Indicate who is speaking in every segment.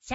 Speaker 1: シ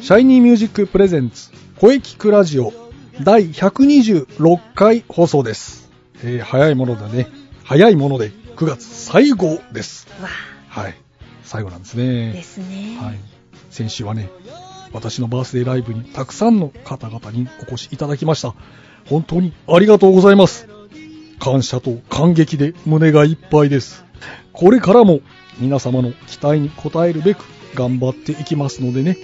Speaker 2: シャイニーミュージックプレゼンツ声聞くラジオ第126回放送です、えー早いものだね早いもので9月最後です
Speaker 1: わ
Speaker 2: はい最後なんです
Speaker 1: ーで
Speaker 2: ね
Speaker 1: すね。
Speaker 2: はい、先週はね私のバースデーライブにたくさんの方々にお越しいただきました本当にありがとうございます感謝と感激で胸がいっぱいですこれからも皆様の期待に応えるべく頑張っていきますのでね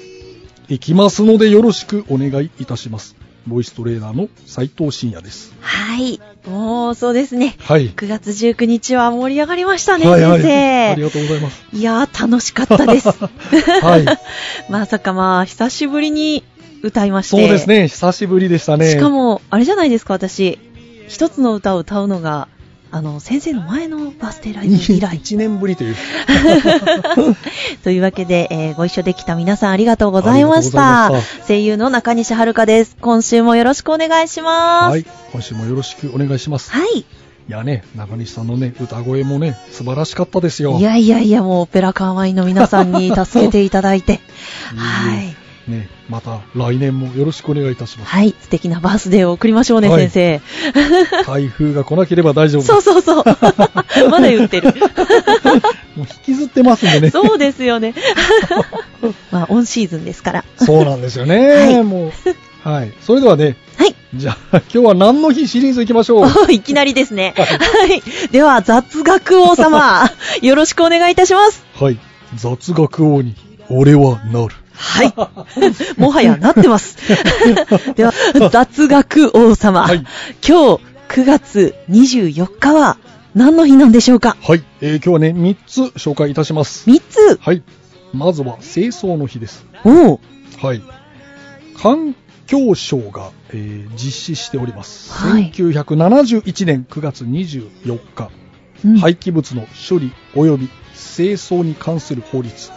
Speaker 2: いきますのでよろしくお願いいたしますボイストレーナーの斉藤真也です
Speaker 3: はい。もう、そうですね。
Speaker 2: はい
Speaker 3: 9月19日は盛り上がりましたね、
Speaker 2: はいはい
Speaker 3: 先生。
Speaker 2: ありがとうございます
Speaker 3: いやー、楽しかった です。
Speaker 2: はい
Speaker 3: まさかまあ、久しぶりに歌いまして。
Speaker 2: そうですね久しぶりでしたね
Speaker 3: しかも、あれじゃないですか、私。一つの歌を歌うのが、あの、先生の前のバースデーライブ以来。
Speaker 2: 1年ぶりという
Speaker 3: というわけで、えーご一緒できた皆さんありがとうございました
Speaker 2: ありがとうございま。
Speaker 3: 声優の中西遥です。今週もよろしくお願いします。
Speaker 2: はい、今週もよろしくお願いします。い
Speaker 3: はい
Speaker 2: やね、中西さんのね、歌声もね、素晴らしかったですよ。。
Speaker 3: いやいやいや、もうオペラカンワインの皆さんに助けていただいて
Speaker 2: い
Speaker 3: はいい。
Speaker 2: ね、また来年もよろしくお願いいたします。
Speaker 3: はい。素敵なバースデーを送りましょうね、
Speaker 2: はい
Speaker 3: 先
Speaker 2: 台風が来なければ大丈
Speaker 3: 生。
Speaker 2: 夫
Speaker 3: そうそうそ う。まだ言ってる。
Speaker 2: もう引きずってますんでね。
Speaker 3: そうですよね。 まあ、オンシーズンですから。
Speaker 2: そうなんですよね、
Speaker 3: はい
Speaker 2: もう。はい。それではね、
Speaker 3: はい。
Speaker 2: じゃあ、今日は何の日シリーズいきましょう。
Speaker 3: お いきなりですね。はい。では、雑学王 様、よろしくお願いいたします。
Speaker 2: はい。雑学王に、俺はなる。
Speaker 3: はい。 もはやなってます。では、雑学王様。
Speaker 2: はい
Speaker 3: 今日、9月24日は何の日なんでしょうか
Speaker 2: はい。えー今日はね、3つ紹介いたします。
Speaker 3: ?3 つ。
Speaker 2: はい。まずは、清掃の日です。
Speaker 3: おう。
Speaker 2: はい、環境省が、えー実施しております、
Speaker 3: はい
Speaker 2: 1971年9月24日、
Speaker 3: うん
Speaker 2: 廃棄物の処理及び清掃に関する法律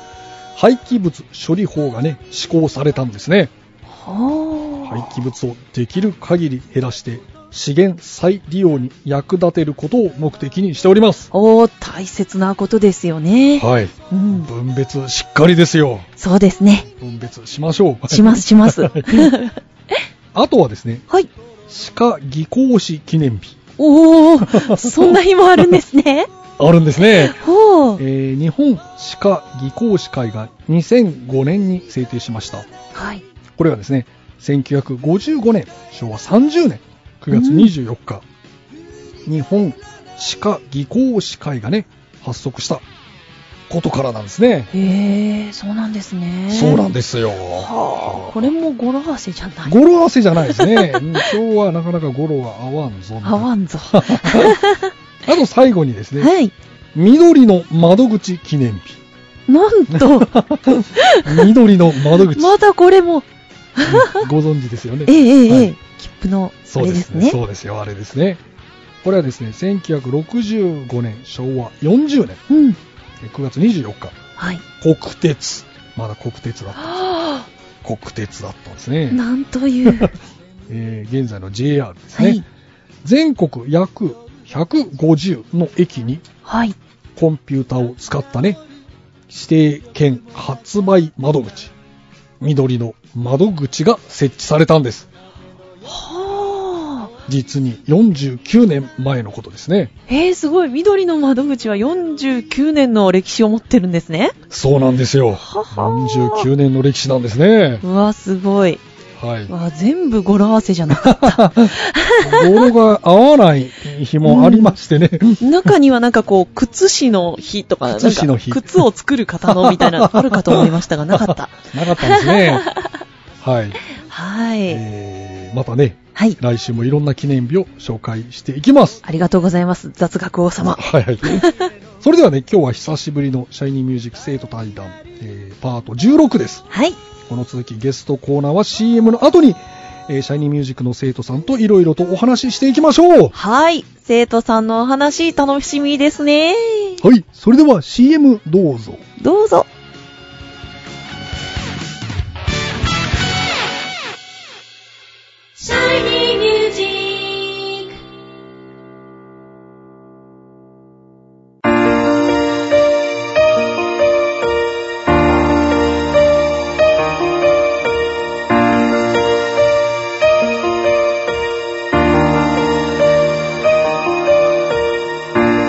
Speaker 2: 廃棄物処理法がね施行されたんですね
Speaker 3: ほう
Speaker 2: 廃棄物をできる限り減らして資源再利用に役立てることを目的にしております
Speaker 3: おー大切なことですよね。
Speaker 2: はい
Speaker 3: うん。
Speaker 2: 分別しっかりですよ
Speaker 3: そうですね。
Speaker 2: 分別しましょう
Speaker 3: しますし ます。
Speaker 2: あとはですね
Speaker 3: はい。
Speaker 2: 歯科技工士記念日
Speaker 3: おー、そんな日もあるんですね。
Speaker 2: あるんですね。
Speaker 3: ほ
Speaker 2: え
Speaker 3: う。
Speaker 2: ー日本歯科技工士会が2005年に制定しました。
Speaker 3: はい。
Speaker 2: これはですね、1955年、昭和30年、9月24日、日本歯科技工士会がね、発足したことからなんですね。
Speaker 3: へー、そうなんですね。
Speaker 2: そうなんですよ。
Speaker 3: これも語呂合わせじゃない。
Speaker 2: 語呂合わせじゃないですね。うん今日はなかなか語呂が合わんぞ。みたい
Speaker 3: 合
Speaker 2: な
Speaker 3: わ んぞ。
Speaker 2: あと最後にですね、
Speaker 3: はい。
Speaker 2: 緑の窓口記念日。
Speaker 3: なん と、
Speaker 2: 緑の窓口。
Speaker 3: まだこれも、
Speaker 2: ご存知ですよね。
Speaker 3: ええええええ、
Speaker 2: はい
Speaker 3: 切符の、あ
Speaker 2: そう
Speaker 3: れ
Speaker 2: で
Speaker 3: ですす
Speaker 2: ね
Speaker 3: ね。
Speaker 2: そうですよ、あれですね。これはですね、1965年、昭和40年、
Speaker 3: うん。
Speaker 2: え9月24日、
Speaker 3: はい。
Speaker 2: 国鉄。まだ国鉄だった。
Speaker 3: は
Speaker 2: 国鉄だったんです
Speaker 3: あ
Speaker 2: ね。
Speaker 3: なんという。
Speaker 2: えー現在の JR ですね。
Speaker 3: はい。
Speaker 2: 全国約150の駅に
Speaker 3: はい。
Speaker 2: コンピューターを使ったね、指定券発売窓口、緑の窓口が設置されたんです。
Speaker 3: はあ。
Speaker 2: 実に49年前のことですね。
Speaker 3: えー、すごい。緑の窓口は49年の歴史を持ってるんですね。
Speaker 2: そうなんですよ。
Speaker 3: はは
Speaker 2: 49年の歴史なんですね。
Speaker 3: うわ、すごい。
Speaker 2: はい。
Speaker 3: うわ、全部語呂合わせじゃ なかった。
Speaker 2: 語呂が合わない日もありましてね。
Speaker 3: 中にはなんかこう、靴師の日とか、なんか
Speaker 2: 靴師の日
Speaker 3: 靴を作る方のみたいな のあるかと思いましたが、なかった。
Speaker 2: なかったんですね。はい。
Speaker 3: はい。
Speaker 2: えー、またね、
Speaker 3: はい。
Speaker 2: 来週もいろんな記念日を紹介していきます。
Speaker 3: ありがとうございます。雑学王様。
Speaker 2: はい はい。それではね、今日は久しぶりのシャイニーミュージック生徒対談、えーパート16です。
Speaker 3: はい。
Speaker 2: この続きゲストコーナーは CM の後に、えーシャイニーミュージックの生徒さんといろいろとお話ししていきましょう。
Speaker 3: はい。生徒さんのお話、楽しみですね。
Speaker 2: はい、それでは CM どうぞ。
Speaker 3: どうぞ。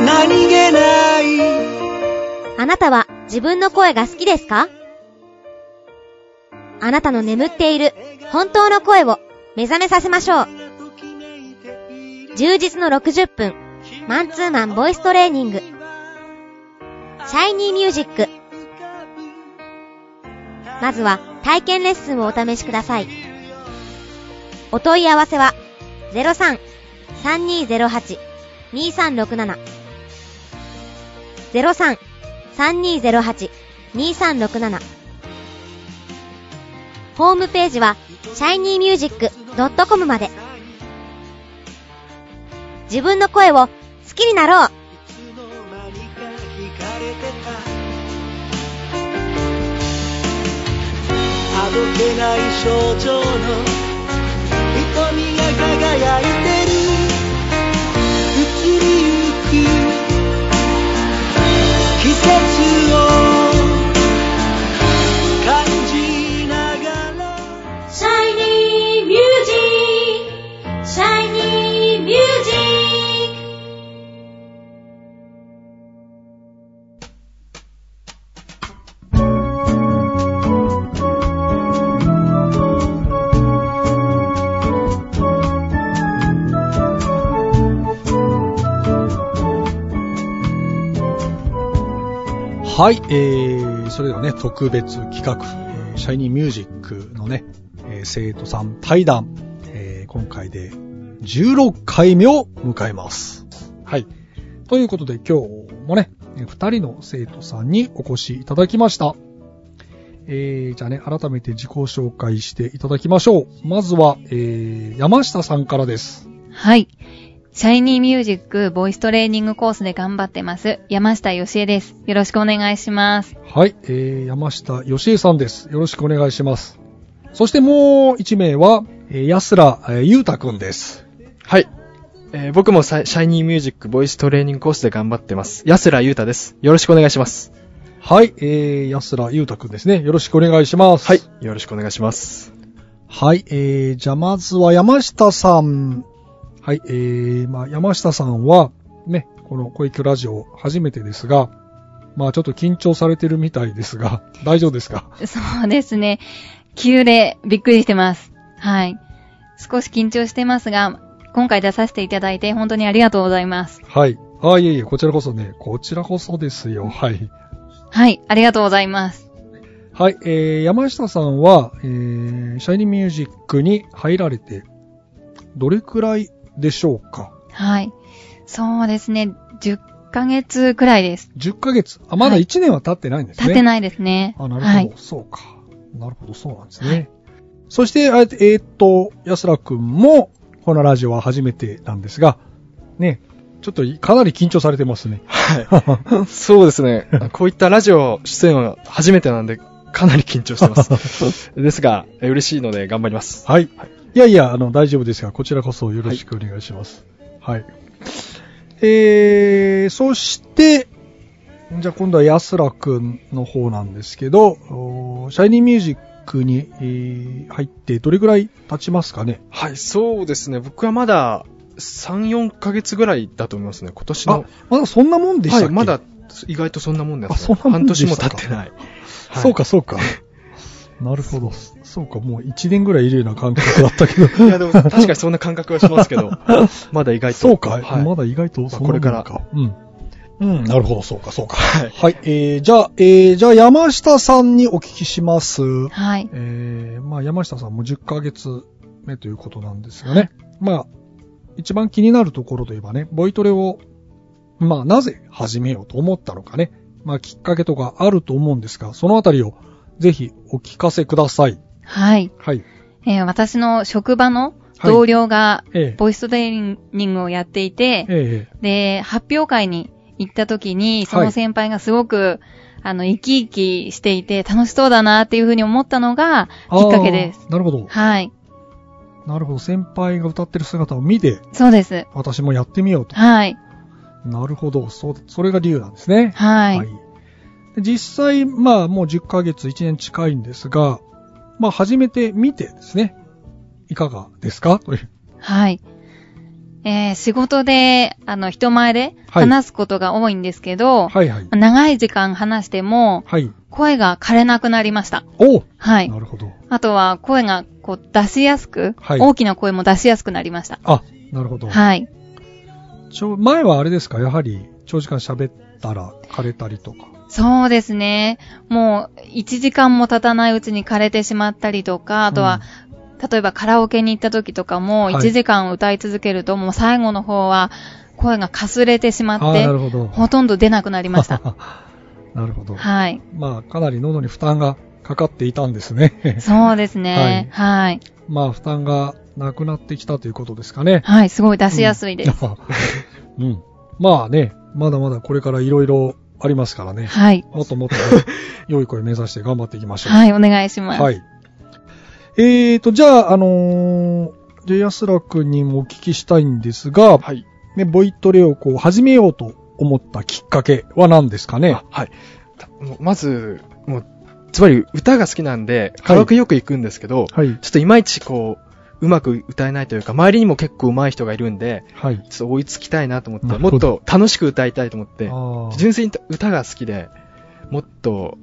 Speaker 4: 何気ない
Speaker 5: あなたは自分の声が好きですかあなたの眠っている本当の声を目覚めさせましょう。充実の60分、マンツーマンボイストレーニング。シャイニーミュージック。まずは体験レッスンをお試しください。お問い合わせは03-3208-2367 03-3208-2367 3208-2367ホームページは shinymusic.com まで自分の声を好きになろう
Speaker 4: あどけない症状の瞳が輝いてる移りゆく季節を感じながら
Speaker 1: Shiny music, shiny music.
Speaker 2: はい、えー、それではね、特別企画、えーシャイニーミュージックのね、えー生徒さん対談、えー今回で16回目を迎えます。はい。ということで今日もね、2人の生徒さんにお越しいただきました。えー、じゃあね、改めて自己紹介していただきましょう。まずは、えー、山下さんからです。
Speaker 6: はい。シャイニーミュージックボイストレーニングコースで頑張ってます。山下よしえです。よろしくお願いします。
Speaker 2: はい、えー、山下よしえさんです。よろしくお願いします。そしてもう一名は、えー、安ら、えー、ゆうたくんです。
Speaker 7: はい。えー僕もさシャイニーミュージックボイストレーニングコースで頑張ってます。安らゆうたです。よろしくお願いします。
Speaker 2: はい、えー、安らゆうたくんですね。よろしくお願いします。
Speaker 7: はい。。よろしくお願いします。
Speaker 2: はい、えー、じゃあまずは山下さん。はい、えー、まあ山下さんは、ね、この小池ラジオ初めてですが、まあちょっと緊張されてるみたいですが、大丈夫ですか
Speaker 6: そうですね。急でびっくりしてます。はい。少し緊張してますが、今回出させていただいて本当にありがとうございます。
Speaker 2: はい。あ、いえいえ、こちらこそね、こちらこそですよ。はい。
Speaker 6: はい。ありがとうございます。
Speaker 2: はい、えー、山下さんは、えー、シャイニーミュージックに入られて、どれくらいでしょうか
Speaker 6: はい。そうですね。10ヶ月くらいです。
Speaker 2: ?10 ヶ月。あ、まだ
Speaker 6: はい
Speaker 2: 1年は経ってないんですね。
Speaker 6: 経ってないですね。
Speaker 2: あ、なるほど、
Speaker 6: はい。
Speaker 2: そうか。なるほど、そうなんですね。そして、あええーっと、安らくんも、このラジオは初めてなんですが、ね、ちょっといかなり緊張されてますね。
Speaker 7: はい。そうですね。 こういったラジオ出演は初めてなんで、かなり緊張して ます。ですが、えー嬉しいので頑張ります。
Speaker 2: はい。いやいや、あの、大丈夫ですが、こちらこそよろしくお願いします。はい。えー、そして、じゃあ今度は安らくんの方なんですけど、おーシャイニーミュージックに、えー入ってどれぐらい経ちますかね
Speaker 7: はい、そうですね。僕はまだ3、4ヶ月ぐらいだと思いますね。今年の。
Speaker 2: あ、まだそんなもんでしたっけ、
Speaker 7: はい、まだ意外とそんなもんです、ね。
Speaker 2: あそんなもんでしたか
Speaker 7: 半年も経ってない。はい
Speaker 2: そうか、そうか。なるほど。そうか、もう1年ぐらいいるような感覚だったけど。
Speaker 7: いや、でも確かにそんな感覚はしますけど、 まだ意外と。
Speaker 2: そうか、
Speaker 7: はい
Speaker 2: まだ意外とそんなもん
Speaker 7: まあこ
Speaker 2: うん。うん、なるほど、そうか、そうか。
Speaker 7: はい
Speaker 2: はい、えー、じゃあ、えー、じゃあ山下さんにお聞きします。
Speaker 6: はい。
Speaker 2: えー、まあ山下さんも10ヶ月目ということなんですよね。まあ、一番気になるところといえばね、ボイトレを、まあ、なぜ始めようと思ったのかね。まあ、きっかけとかあると思うんですが、そのあたりをぜひお聞かせください。
Speaker 6: はい。
Speaker 2: はい。
Speaker 6: えー私の職場の同僚が、
Speaker 2: ええ。
Speaker 6: ボイストレーニングをやっていて、
Speaker 2: え
Speaker 6: で、発表会に行った時に、その先輩がすごく、あの、生き生きしていて楽しそうだなっていうふうに思ったのが、
Speaker 2: え。
Speaker 6: きっかけです
Speaker 2: あー。なるほど。
Speaker 6: はい。
Speaker 2: なるほど。先輩が歌ってる姿を見て、
Speaker 6: そうです。
Speaker 2: 私もやってみようと。
Speaker 6: はい。
Speaker 2: なるほど。そう、それが理由なんですね。
Speaker 6: はい。
Speaker 2: で実際、まあ、もう10ヶ月、1年近いんですが、まあ、始めてみてですね。いかがですかという
Speaker 6: はい。えー仕事で、あの、人前で
Speaker 2: はい
Speaker 6: 話すことが多いんですけど、
Speaker 2: はいはい。
Speaker 6: 長い時間話しても、
Speaker 2: はい。
Speaker 6: 声が枯れなくなりました。
Speaker 2: おう
Speaker 6: はい。
Speaker 2: なるほど。
Speaker 6: あとは、声が、こう、出しやすく、
Speaker 2: はい
Speaker 6: 大きな声も出しやすくなりました。
Speaker 2: あ、なるほど。
Speaker 6: はい。
Speaker 2: ちょ前はあれですかやはり、長時間喋ったら枯れたりとか。
Speaker 6: そうですね。もう、1時間も経たないうちに枯れてしまったりとか、あとは、例えばカラオケに行った時とかも、
Speaker 2: はい
Speaker 6: 1時間歌い続けると、もう最後の方は、声がかすれてしま
Speaker 2: うん、あ
Speaker 6: っ
Speaker 2: あー、
Speaker 6: て
Speaker 2: な、るほど。
Speaker 6: ほとんど出なくなりました。
Speaker 2: なるほど。
Speaker 6: はい。
Speaker 2: まあ、かなり喉に負担がかかっていたんですね。
Speaker 6: そうですね。はい。
Speaker 2: まあ、負担がなくなってきたということですかね。
Speaker 6: はい、すごい出しやすいです。
Speaker 2: うん。 うんまあね、まだまだこれからいろいろありますからね。
Speaker 6: はい。
Speaker 2: もっともっとね良い声目指して頑張っていきましょう。
Speaker 6: はい、お願いします。
Speaker 2: はい。えーと、じゃあ、あのー、ジェイアスラ君にもお聞きしたいんですが、
Speaker 7: はい。
Speaker 2: ね、ボイトレをこう始めようと思ったきっかけは何ですかね
Speaker 7: あはい。たもうまず、もう、つまり歌が好きなんで、カラオケよく行くんですけど、
Speaker 2: はい。
Speaker 7: ちょっといまいちこう、うまく歌えないというか、周りにも結構上手い人がいるんで、
Speaker 2: はい。
Speaker 7: ちょっと追いつきたいなと思って、
Speaker 2: なる
Speaker 7: も
Speaker 2: ほ
Speaker 7: っ
Speaker 2: ど
Speaker 7: と楽しく歌いたいと思って、
Speaker 2: あー
Speaker 7: 純粋に歌が好きで、もっと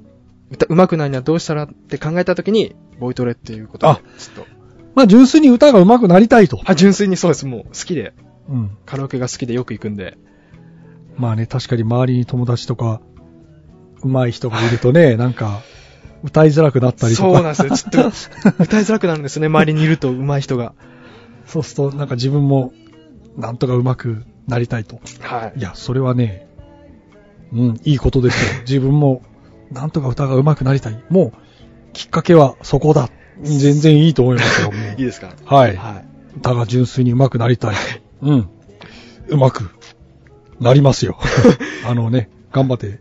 Speaker 7: 歌、上手くなるにはどうしたらって考えたときに、ボイトレっていうこと
Speaker 2: あ
Speaker 7: で、ちょっと。
Speaker 2: まあ、純粋に歌が上手くなりたいと。
Speaker 7: あ、純粋にそうです。もう好きで、
Speaker 2: うん。
Speaker 7: カラオケが好きでよく行くんで。
Speaker 2: まあね、確かに周りに友達とか、上手い人がいると ね、なんか、歌いづらくなったりとか。
Speaker 7: そうなんですよ。ちょっ と、歌いづらくなるんですね。周りにいると上手い人が。
Speaker 2: そうすると、なんか自分も、なんとか上手くなりたいと。
Speaker 7: はい
Speaker 2: い。や、それはね、うん、いいことですよ。自分も、なんとか歌が上手くなりたい。もう、きっかけはそこだ。全然いいと思います よ。も
Speaker 7: いいですか
Speaker 2: うはい。
Speaker 7: はい。
Speaker 2: 歌が純粋に上手くなりたい。うん。上手くなり ますよ。あのね、頑張って、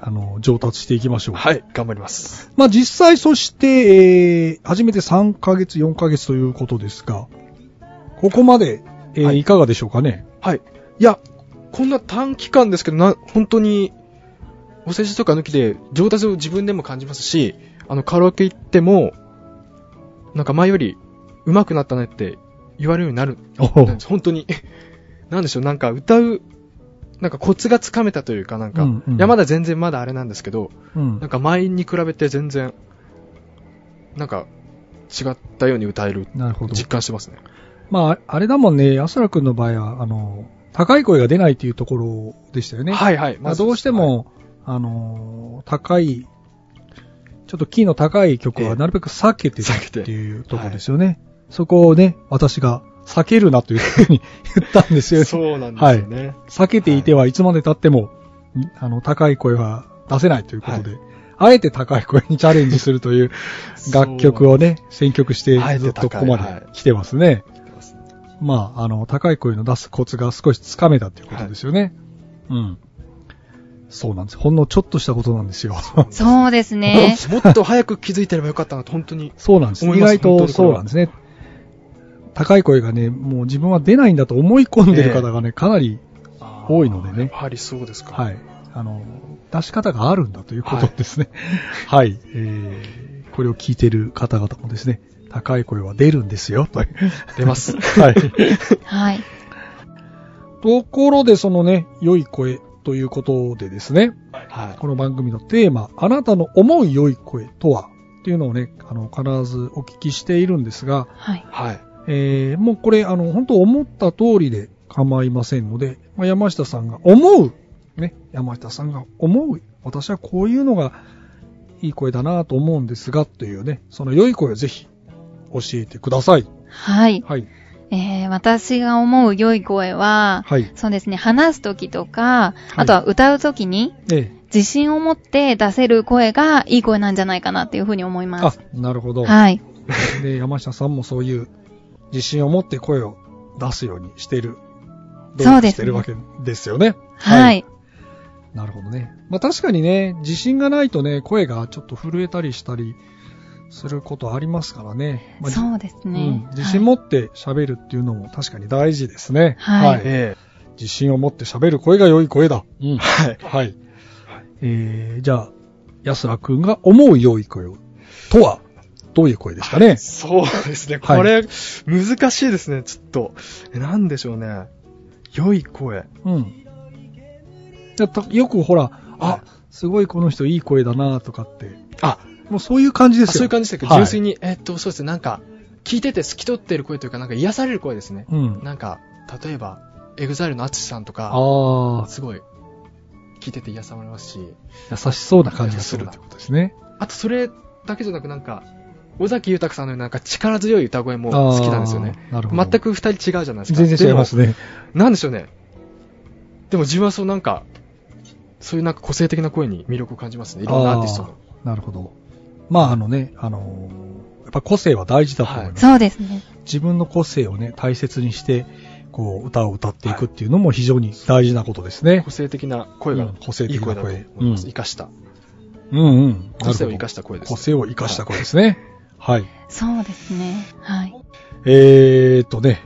Speaker 2: あの、上達していきましょう。
Speaker 7: はい、頑張ります。
Speaker 2: まあ実際そして、えー、初めて3ヶ月、4ヶ月ということですが、ここまで、えー、
Speaker 7: はいい
Speaker 2: かがでしょうかね
Speaker 7: はい。いや、こんな短期間ですけど、な、本当に、お世辞とか抜きで、上達を自分でも感じますし、あの、カラオケ行っても、なんか前より、上手くなったねって言われるようになる。
Speaker 2: お
Speaker 7: なんです本当に。 なんでしょう、なんか歌う、なんかコツがつかめたというか、なんか、
Speaker 2: うんうん
Speaker 7: いや、まだ全然まだあれなんですけど、
Speaker 2: うん
Speaker 7: なんか前に比べて全然、なんか、違ったように歌える。
Speaker 2: なるほど。
Speaker 7: 実感してますね。
Speaker 2: まあ、あれだもんね、安らくんの場合は、あの、高い声が出ないっていうところでしたよね。
Speaker 7: はいはい。
Speaker 2: まあ、どうして
Speaker 7: はい、
Speaker 2: も、あのー高い、ちょっとキーの高い曲
Speaker 7: え
Speaker 2: は
Speaker 7: え
Speaker 2: なるべく避けて
Speaker 7: 避けて
Speaker 2: っていうところですよね。そこをね、私が避けるなというふうに言ったんですよ。
Speaker 7: そうなんですよね。
Speaker 2: 避けていてはいつまで経っても、んあの、高い声は出せないということで、あえて高い声にチャレンジするという楽曲をね、選曲して
Speaker 7: あえ
Speaker 2: ずってと
Speaker 7: 高い
Speaker 2: ここま
Speaker 7: は
Speaker 2: で
Speaker 7: い
Speaker 2: 来てますね。
Speaker 7: す
Speaker 2: まあ、あの、高い声の出すコツが少しつかめたということですよね。うん。そうなんです。ほんのちょっとしたことなんですよ。
Speaker 6: そうですね。
Speaker 7: もっと早く気づいてればよかったなと、本当に。
Speaker 2: そうなんです。
Speaker 7: 思
Speaker 2: 意
Speaker 7: います
Speaker 2: 外と
Speaker 7: 本当にこれ
Speaker 2: そ
Speaker 7: は
Speaker 2: うなんですね。高い声がね、もう自分は出ないんだと思い込んでる方がね、かなり 多いのでね
Speaker 7: やはりそうですか。
Speaker 2: はい。あの、出し方があるんだということですね。はい、えーこれを聞いている方々もですね、高い声は出るんですよ、という。
Speaker 7: 出 ます。
Speaker 2: はい。
Speaker 6: はい。
Speaker 2: ところで、そのね、良い声ということでですね、
Speaker 7: はい。
Speaker 2: この番組のテーマ、あなたの思う良い声とはっていうのをね、あの、必ずお聞きしているんですが、
Speaker 6: はい。
Speaker 7: はい。
Speaker 2: えーもうこれ、あの、本当思った通りで構いませんので、まあ、山下さんが思う、ね、山下さんが思う、私はこういうのがいい声だなと思うんですが、というね、その良い声をぜひ教えてください。
Speaker 6: はい。
Speaker 2: はい。
Speaker 6: えー、私が思う良い声は、
Speaker 2: はい。
Speaker 6: そうですね、話すときとか、
Speaker 2: い
Speaker 6: あとは歌うときに、
Speaker 2: ええ。
Speaker 6: 自信を持って出せる声がいい声なんじゃないかなっていうふうに思いま
Speaker 2: あ
Speaker 6: す。、
Speaker 2: なるほど。
Speaker 6: はい。
Speaker 2: で、山下さんもそういう自信を持って声を出すようにしている。努
Speaker 6: そ
Speaker 2: 力
Speaker 6: うで
Speaker 2: し
Speaker 6: す
Speaker 2: て
Speaker 6: ね
Speaker 2: るわけですよね。
Speaker 6: はい。
Speaker 2: なるほどね。まあ確かにね、自信がないとね、声がちょっと震えたりしたりすることありますからね。まあじ
Speaker 6: そうですね
Speaker 2: うん。自信持って喋るっていうのも確かに大事ですね。
Speaker 6: はい
Speaker 7: え
Speaker 2: 自信を持って喋る声が良い声だ。うん。
Speaker 7: え。はい。
Speaker 2: はい。えー、じゃあ、安らくんが思う良い声をとは、どういう声ですかね。
Speaker 7: そうですね。
Speaker 2: はい
Speaker 7: これ、難しいですね、ちょっと。えなんでしょうね。良い声。
Speaker 2: うん。だとよくほら、
Speaker 7: は
Speaker 2: あ、すごいこの人いい声だなとかって、
Speaker 7: あ、
Speaker 2: もうそういう感じですよ
Speaker 7: そういう感じですけど、
Speaker 2: はい
Speaker 7: 純粋に、えっと、そうですね、なんか、聞いてて透き通ってる声というか、なんか癒される声ですね。
Speaker 2: うん。
Speaker 7: なんか、例えば、エグザイルのアツシさんとか、
Speaker 2: ああ、
Speaker 7: すごい、聞いてて癒されますし、
Speaker 2: 優しそうな感じがするってことですね。
Speaker 7: あとそれだけじゃなく、なんか、尾崎豊さんのようななんか力強い歌声も好きなんですよね。
Speaker 2: あー。なるほど。
Speaker 7: 全く二人違うじゃないですか。
Speaker 2: 全然違いますね。
Speaker 7: でも。なんでしょうね。でも自分はそうなんか、そういうなんか個性的な声に魅力を感じますね。いろんなアーティストの。
Speaker 2: なるほど。まああのね、あのーやっぱ個性は大事だと思います。
Speaker 6: そうですね。
Speaker 2: 自分の個性をね、大切にして、こう、歌を歌っていくっていうのも非常に大事なことですね
Speaker 7: 個。性的な声が、
Speaker 2: うん個性
Speaker 7: いい
Speaker 2: 的な声
Speaker 7: 声だと思います。
Speaker 2: うん
Speaker 7: 生かした。
Speaker 2: うんうん。
Speaker 7: 個性を生か
Speaker 2: し
Speaker 7: した声です
Speaker 2: 個。性を生かした声ですね。はい。
Speaker 6: そうですね。はい。
Speaker 2: えーっとね、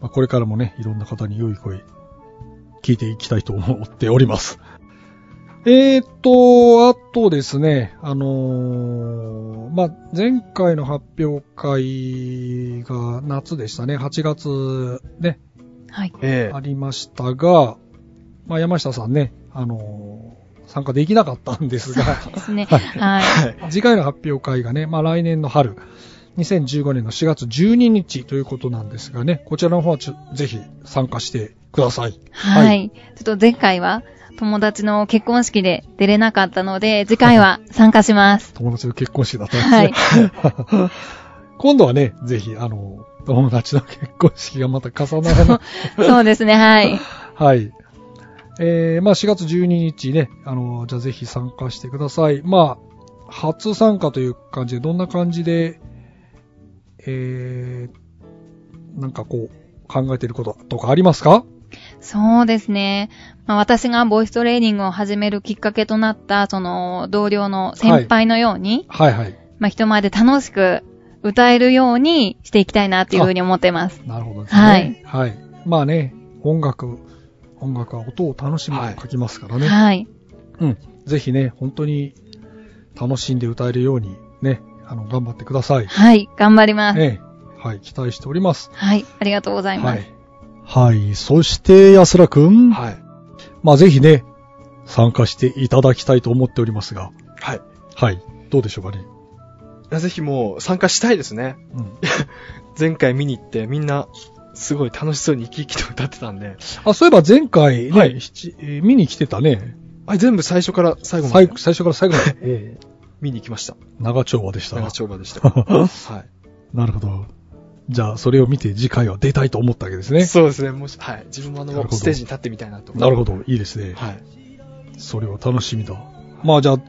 Speaker 2: まあこれからもね、いろんな方に良い声、聞いていきたいと思っております。 えーっと、あとですね、あのーまあ、前回の発表会が夏でしたね、8月ね、
Speaker 6: はい。
Speaker 7: え
Speaker 2: ありましたが、まあ、山下さんね、あのー参加できなかったんですが、
Speaker 6: ですね。はい。
Speaker 2: 次回の発表会がね、まあ、来年の春、2015年の4月12日ということなんですがね、こちらの方はちょぜひ参加してください。
Speaker 6: は。い。ちょっと前回は友達の結婚式で出れなかったので、次回は参加 します。
Speaker 2: 友達の結婚式だったんですね。 今度はね、ぜひ、あの、友達の結婚式がまた重ならない。
Speaker 6: そうですね。はい。
Speaker 2: はい。えー、まあ4月12日ね、あの、じゃあぜひ参加してください。まあ、初参加という感じで、どんな感じで、えー、なんかこう、考えてることとかありますか
Speaker 6: そうですね。まあ、私がボイストレーニングを始めるきっかけとなった、その同僚の先輩のように、
Speaker 2: はいはい。
Speaker 6: まあ、人前で楽しく歌えるようにしていきたいなっていうふうに思ってます。
Speaker 2: なるほどですね。はい。まあね、音楽、音楽は音を楽しむ
Speaker 7: はい
Speaker 2: と書きますからね。
Speaker 6: はい。
Speaker 2: うん。ぜひね、本当に楽しんで歌えるようにね、あの、頑張ってください。
Speaker 6: はい。頑張ります。
Speaker 2: ええはい、期待しております。
Speaker 6: はい。ありがとうございます。。
Speaker 2: はい。そして、安らくん。
Speaker 7: はい。
Speaker 2: まあ、ぜひね、参加していただきたいと思っておりますが。
Speaker 7: はい。
Speaker 2: はい。どうでしょうかね。
Speaker 7: いやぜひもう参加したいですね。
Speaker 2: うん。
Speaker 7: 前回見に行ってみんなすごい楽しそうに生き生きと歌ってたんで、
Speaker 2: あ、そういえば前回ね、
Speaker 7: はい
Speaker 2: 七えー見に来てたね。
Speaker 7: あ全部最初から最後ま
Speaker 2: 最
Speaker 7: で
Speaker 2: 最初から最後 まで。
Speaker 7: 見に行きました。
Speaker 2: 長丁場でした。
Speaker 7: 長丁場でした。 は
Speaker 2: なるほど。じゃあ、それを見て次回は出たいと思ったわけです
Speaker 7: い。
Speaker 2: ね。
Speaker 7: そうですね。もし、はい。自分もあ
Speaker 2: なる
Speaker 7: の
Speaker 2: ほ、ど
Speaker 7: ステージに立ってみたいなと。
Speaker 2: なるほど。いいですね。
Speaker 7: はい。
Speaker 2: それは楽しみだ。まあ、じゃあ、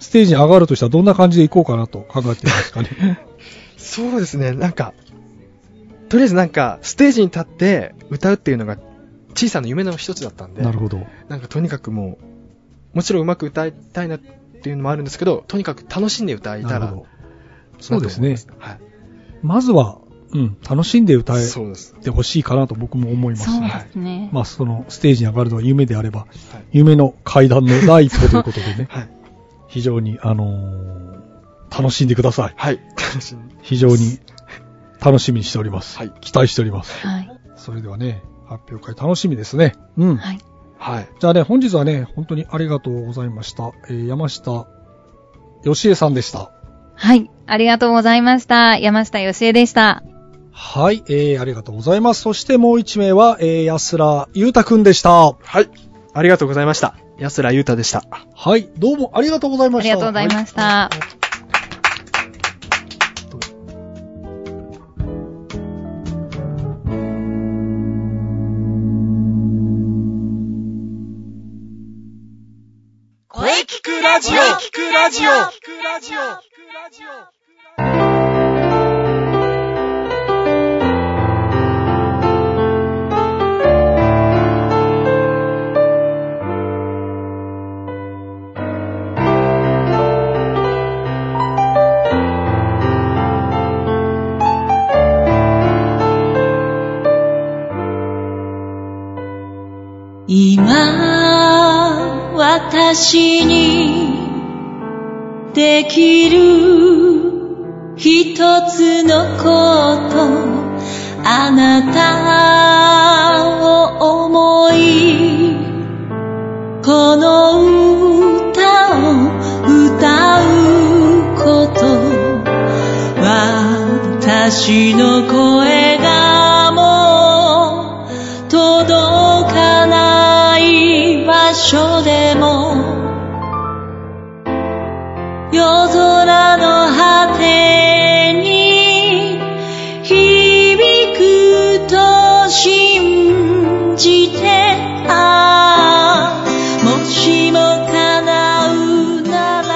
Speaker 2: ステージに上がるとしたらどんな感じで行こうかなと考えてます かね。
Speaker 7: そうですね。なんか、とりあえずなんか、ステージに立って歌うっていうのが小さな夢の一つだったんで、
Speaker 2: なるほど。
Speaker 7: なんかとにかくもう、もちろんうまく歌いたいなっていうのもあるんですけど、とにかく楽しんで歌えた
Speaker 2: なる
Speaker 7: ら
Speaker 2: ほど。そうですね
Speaker 7: なと思います
Speaker 2: まずは、うん、楽しんで歌
Speaker 7: はい。
Speaker 2: え
Speaker 7: そうです。
Speaker 2: てほしいかなと僕も思います
Speaker 6: そう
Speaker 2: ね。
Speaker 6: ですね。
Speaker 2: まあ、その、ステージに上がるのは夢であれば、
Speaker 7: はい、
Speaker 2: 夢の階段の第一歩ということでね
Speaker 7: はい。
Speaker 2: 非常に、あのー楽しんでください。
Speaker 7: はい。楽しみ。
Speaker 2: 非常に楽しみにしております。
Speaker 7: はい
Speaker 2: 期待しております。
Speaker 6: はい。
Speaker 2: それではね、発表会楽しみですね。うん。
Speaker 6: はい。
Speaker 7: はい。
Speaker 2: じゃあね、本日はね、本当にありがとうございました。えー山下義恵さんでした。
Speaker 6: はい。ありがとうございました。山下よしえでした。
Speaker 2: はい、えー、ありがとうございます。そしてもう一名は、えー、安らゆうたくんでした。
Speaker 7: はい。ありがとうございました。安らゆうたでした。
Speaker 2: はい、どうもありがとうござい
Speaker 6: あ
Speaker 2: まし
Speaker 6: り
Speaker 2: た。
Speaker 6: がとうございました。
Speaker 2: 「
Speaker 4: 声聞くラジオ聞くラジオ
Speaker 8: 今私にできる一つのことあなたを思いこの歌を歌うこと私の声がもう届かない場所でも夜空の果てに響くと信じてああもしも叶うなら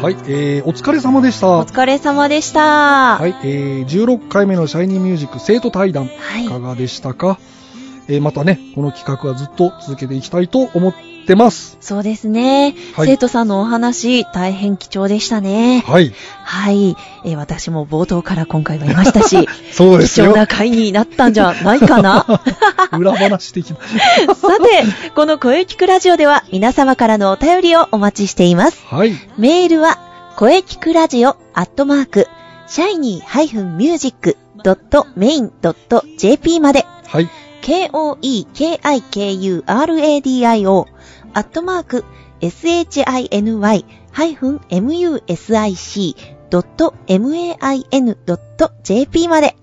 Speaker 2: はい、えー、お疲れ様でした。
Speaker 3: お疲れ様でした。
Speaker 2: はい、えー、16回目のシャイニーミュージック生徒対談、
Speaker 3: はい
Speaker 2: い、かがでしたか、えー、またね、この企画はずっと続けていきたいと思ってます。
Speaker 3: そうですね、
Speaker 2: はい
Speaker 3: 生徒さんのお話、大変貴重でしたね。
Speaker 2: はい、
Speaker 3: はい、えー私も冒頭から今回はいましたし、
Speaker 2: そうです
Speaker 3: 貴重
Speaker 2: よ。
Speaker 3: な回になったんじゃないか な。
Speaker 2: 裏話的な。
Speaker 3: さて、この声聞くラジオでは皆様からのお便りをお待ちしています。
Speaker 2: はい、
Speaker 3: メールは、声聞くラジオアットマーク、シャイニー -music.main.jp まで、
Speaker 2: はい、
Speaker 3: k-o-e-k-i-k-u-r-a-d-i-o アットマーク、shiny-music.main.jp まで、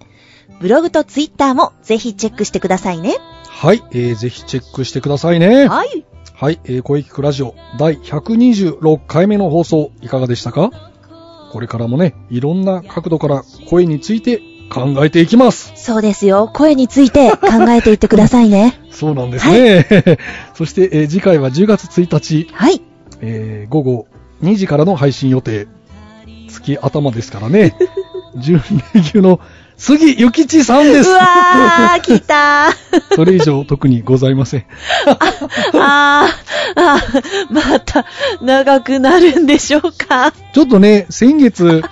Speaker 3: ブログとツイッターもぜひチェックしてくださいね。
Speaker 2: はい、えー、ぜひチェックしてくださいね。
Speaker 3: はい。
Speaker 2: はい、えー、声聞くラジオ第126回目の放送いかがでしたかこれからもね、いろんな角度から声について考えていきます。
Speaker 3: そうですよ。声について考えていってくださいね。
Speaker 2: そうなんですね。そして、えー次回は10月1日、
Speaker 3: はい。
Speaker 2: えー午後2時からの配信予定。月頭ですか らね。準レ級の杉ゆきちさんです
Speaker 3: う。わー、来 たー。
Speaker 2: それ以上特にございません。
Speaker 3: あー、あー、また、長くなるんでしょうか。
Speaker 2: ちょっとね、先月、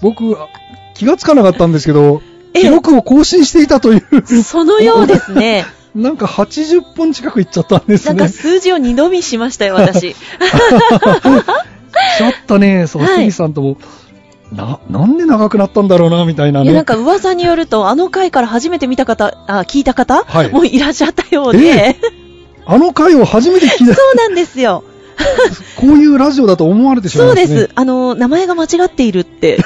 Speaker 2: 僕、あ気がつかなかったんですけど、
Speaker 3: ええ
Speaker 2: 記録を更新していたという、
Speaker 3: そのようですね。
Speaker 2: なんか80分近くいっちゃったんで
Speaker 3: な
Speaker 2: す
Speaker 3: んか
Speaker 2: ね。
Speaker 3: 数字を二度見しましたよ、 私。
Speaker 2: ちょっとね、そう、
Speaker 3: はい
Speaker 2: 杉さんとも、な、なんで長くなったんだろうな、みたいないね。
Speaker 3: や、なんか噂によると、あの回から初めて見た方、あ、聞いた方、
Speaker 2: はい
Speaker 3: もういらっしゃったようで、
Speaker 2: あの回を初め て聞いた、
Speaker 3: そうなんですよ。
Speaker 2: こういうラジオだと思われてしまい
Speaker 3: そ
Speaker 2: ま
Speaker 3: う
Speaker 2: すね。
Speaker 3: です。あの、名前が間違っているって。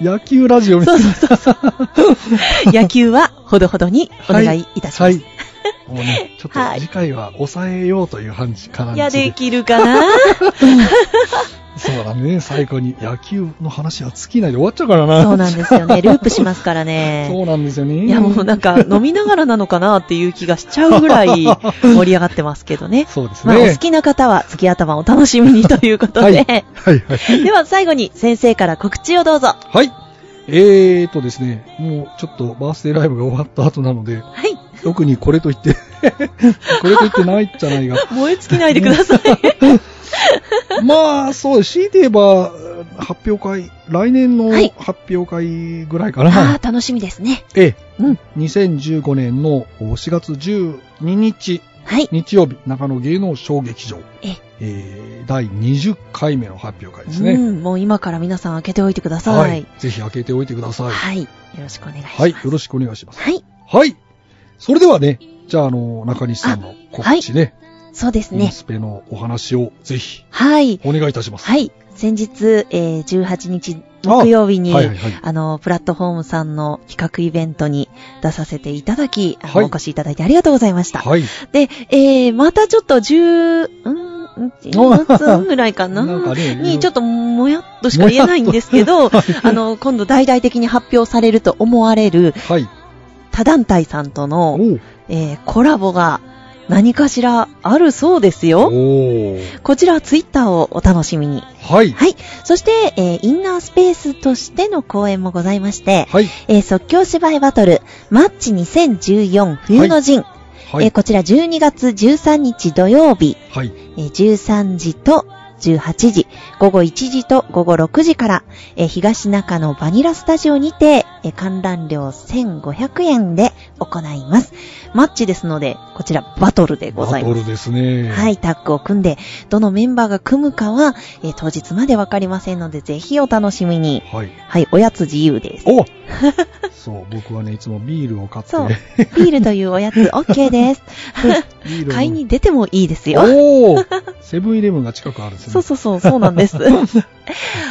Speaker 2: 野球ラジオみたいな。
Speaker 3: 野球はほどほどにお願いいたします。
Speaker 2: はい い。もうね、ちょっと
Speaker 3: はい
Speaker 2: 次回は抑えようという感じから
Speaker 3: や、できるかな
Speaker 2: そうだね、最後に野球の話は尽きないで終わっちゃうからな。
Speaker 3: そうなんですよね。ループしますからね。
Speaker 2: そうなんですよね。
Speaker 3: いや、もうなんか、飲みながらなのかなっていう気がしちゃうぐらい盛り上がってますけどね。
Speaker 2: そうです
Speaker 3: ま
Speaker 2: ね。
Speaker 3: あ、お好きな方は月頭お楽しみにということで。
Speaker 2: はいは い。
Speaker 3: では最後に先生から告知をどうぞ。は
Speaker 2: はい。えーとですね、もうちょっとバースデーライブが終わった後なので、
Speaker 3: い。
Speaker 2: 特にこれと言って、 これと言ってないじゃないが。
Speaker 3: 燃え尽きないでく ださい。
Speaker 2: まあ、そうです。強いて言えば、発表会、来年の
Speaker 3: はい
Speaker 2: 発表会ぐらいかな。
Speaker 3: ああ、楽しみですね。
Speaker 2: ええ、
Speaker 3: うん
Speaker 2: 2015年の4月12日、
Speaker 3: はい。
Speaker 2: 日曜日、中野芸能小劇場、
Speaker 3: ええ
Speaker 2: えー第20回目の発表会ですね。
Speaker 3: うん、もう今から皆さん開けておいてください。
Speaker 2: はい。ぜひ開けておいてください。
Speaker 3: はいよろしくお願いします。
Speaker 2: はい、よろしくお願いします。
Speaker 3: はい。
Speaker 2: はい。それではね、じゃあ、あの、中西さんの告知ね、
Speaker 3: そうです
Speaker 2: イン
Speaker 3: ね。
Speaker 2: スペのお話をぜひ
Speaker 3: はい。
Speaker 2: お願いいたします。
Speaker 3: はい。先日、えー18日木曜日に、
Speaker 2: はいはいはい。
Speaker 3: あの、プラットフォームさんの企画イベントに出させていただき、あの
Speaker 2: はい
Speaker 3: お越しいただいてありがとうございました。
Speaker 2: はい。
Speaker 3: で、えー、またちょっと10、うんー、10月 ぐらいかな
Speaker 2: なんかね
Speaker 3: にちょっともやっとしか言えないんですけ ど、あの、今度大々的に発表されると思われる
Speaker 2: はい。
Speaker 3: 他団体さんとの、
Speaker 2: おう
Speaker 3: えーコラボが何かしらあるそうです
Speaker 2: お
Speaker 3: よ。
Speaker 2: ー
Speaker 3: こちらツイッターをお楽しみに。
Speaker 2: はい。
Speaker 3: はい。そして、えーインナースペースとしての公演もございまして、
Speaker 2: はい。
Speaker 3: えー即興芝居バトル、マッチ2014冬の陣、
Speaker 2: は
Speaker 3: えー
Speaker 2: い。
Speaker 3: こちら12月13日土曜日、
Speaker 2: はい。
Speaker 3: えー13時と18時、午後1時と午後6時から、えー東中のバニラスタジオにて、えー観覧料1500円で行います。マッチですので、こちらバトルでござ
Speaker 2: バ
Speaker 3: い
Speaker 2: ト
Speaker 3: ます。
Speaker 2: ルですね。
Speaker 3: は。い、タッグを組んで、どのメンバーが組むかは、えー当日までわかりませんので、ぜひお楽しみに。
Speaker 2: はい。
Speaker 3: はい、おやつ自由です。
Speaker 2: おそう、僕はね、いつもビールを買って
Speaker 3: そう、、ビールというおやつ OK です。
Speaker 2: ビールを
Speaker 3: 買いに出てもいいですよ。
Speaker 2: おーセブンイレブンが近くあるんですね。
Speaker 3: そうそうそう、そうなんです。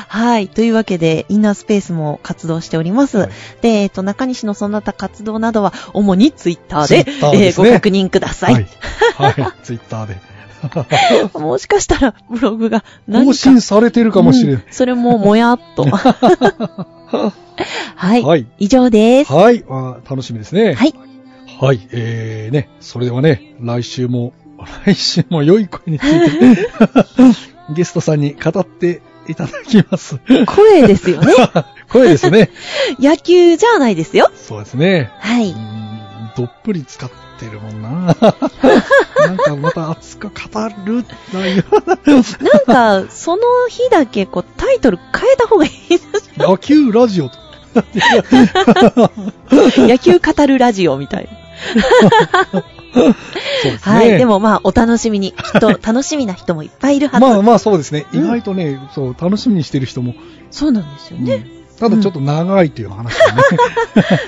Speaker 3: はい。というわけで、インナースペースも活動しております。
Speaker 2: はい
Speaker 3: で、えっと、中西のその他活動などは、主にツイッターで、
Speaker 2: Twitter
Speaker 3: え
Speaker 2: で
Speaker 3: ー
Speaker 2: す
Speaker 3: ご
Speaker 2: ね
Speaker 3: 確認ください。
Speaker 2: はい。はい。ツイッターで。
Speaker 3: もしかしたら、ブログが何か
Speaker 2: 更新されてるかもしれ
Speaker 3: うん
Speaker 2: ん。
Speaker 3: それも、もやっ と。はい。
Speaker 2: はい。
Speaker 3: 以上です。
Speaker 2: はい。あー楽しみですね。
Speaker 3: はい。
Speaker 2: はい。えー、ね、それではね、来週も、 来週も良い声につい て、ゲストさんに語っていただきます。
Speaker 3: 声ですよね。
Speaker 2: 声ですね。
Speaker 3: 野球じゃないですよ。
Speaker 2: そうですね。
Speaker 3: は
Speaker 2: う
Speaker 3: い。
Speaker 2: ーんどっぷり使って るもんな。なんかまた熱く語る内容。
Speaker 3: なんか、その日だけ、こう、タイトル変えた方がいい
Speaker 2: 野球ラジオと。
Speaker 3: 野球語るラジオみたいな。
Speaker 2: そうですね。
Speaker 3: はい。でもまあ、お楽しみに。きっ と楽しみな人もいっぱいいるはず。
Speaker 2: まあまあそうですね。
Speaker 3: う
Speaker 2: 意
Speaker 3: ん
Speaker 2: 外とね、そう、楽しみにしてる人も。
Speaker 3: そうなんですよ
Speaker 2: うん
Speaker 3: ね。
Speaker 2: ただちょっと長いという話が ね。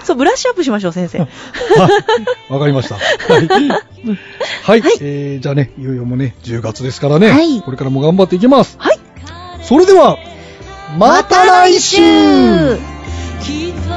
Speaker 3: そう、ブラッシュアップしましょう、 先生。
Speaker 2: わかりました。はい。はい。えー、じゃあね、いよいよもうね、10月ですからね。
Speaker 3: はい
Speaker 2: これからも頑張っていきます。
Speaker 3: はい。
Speaker 2: それでは、また来週
Speaker 8: きっと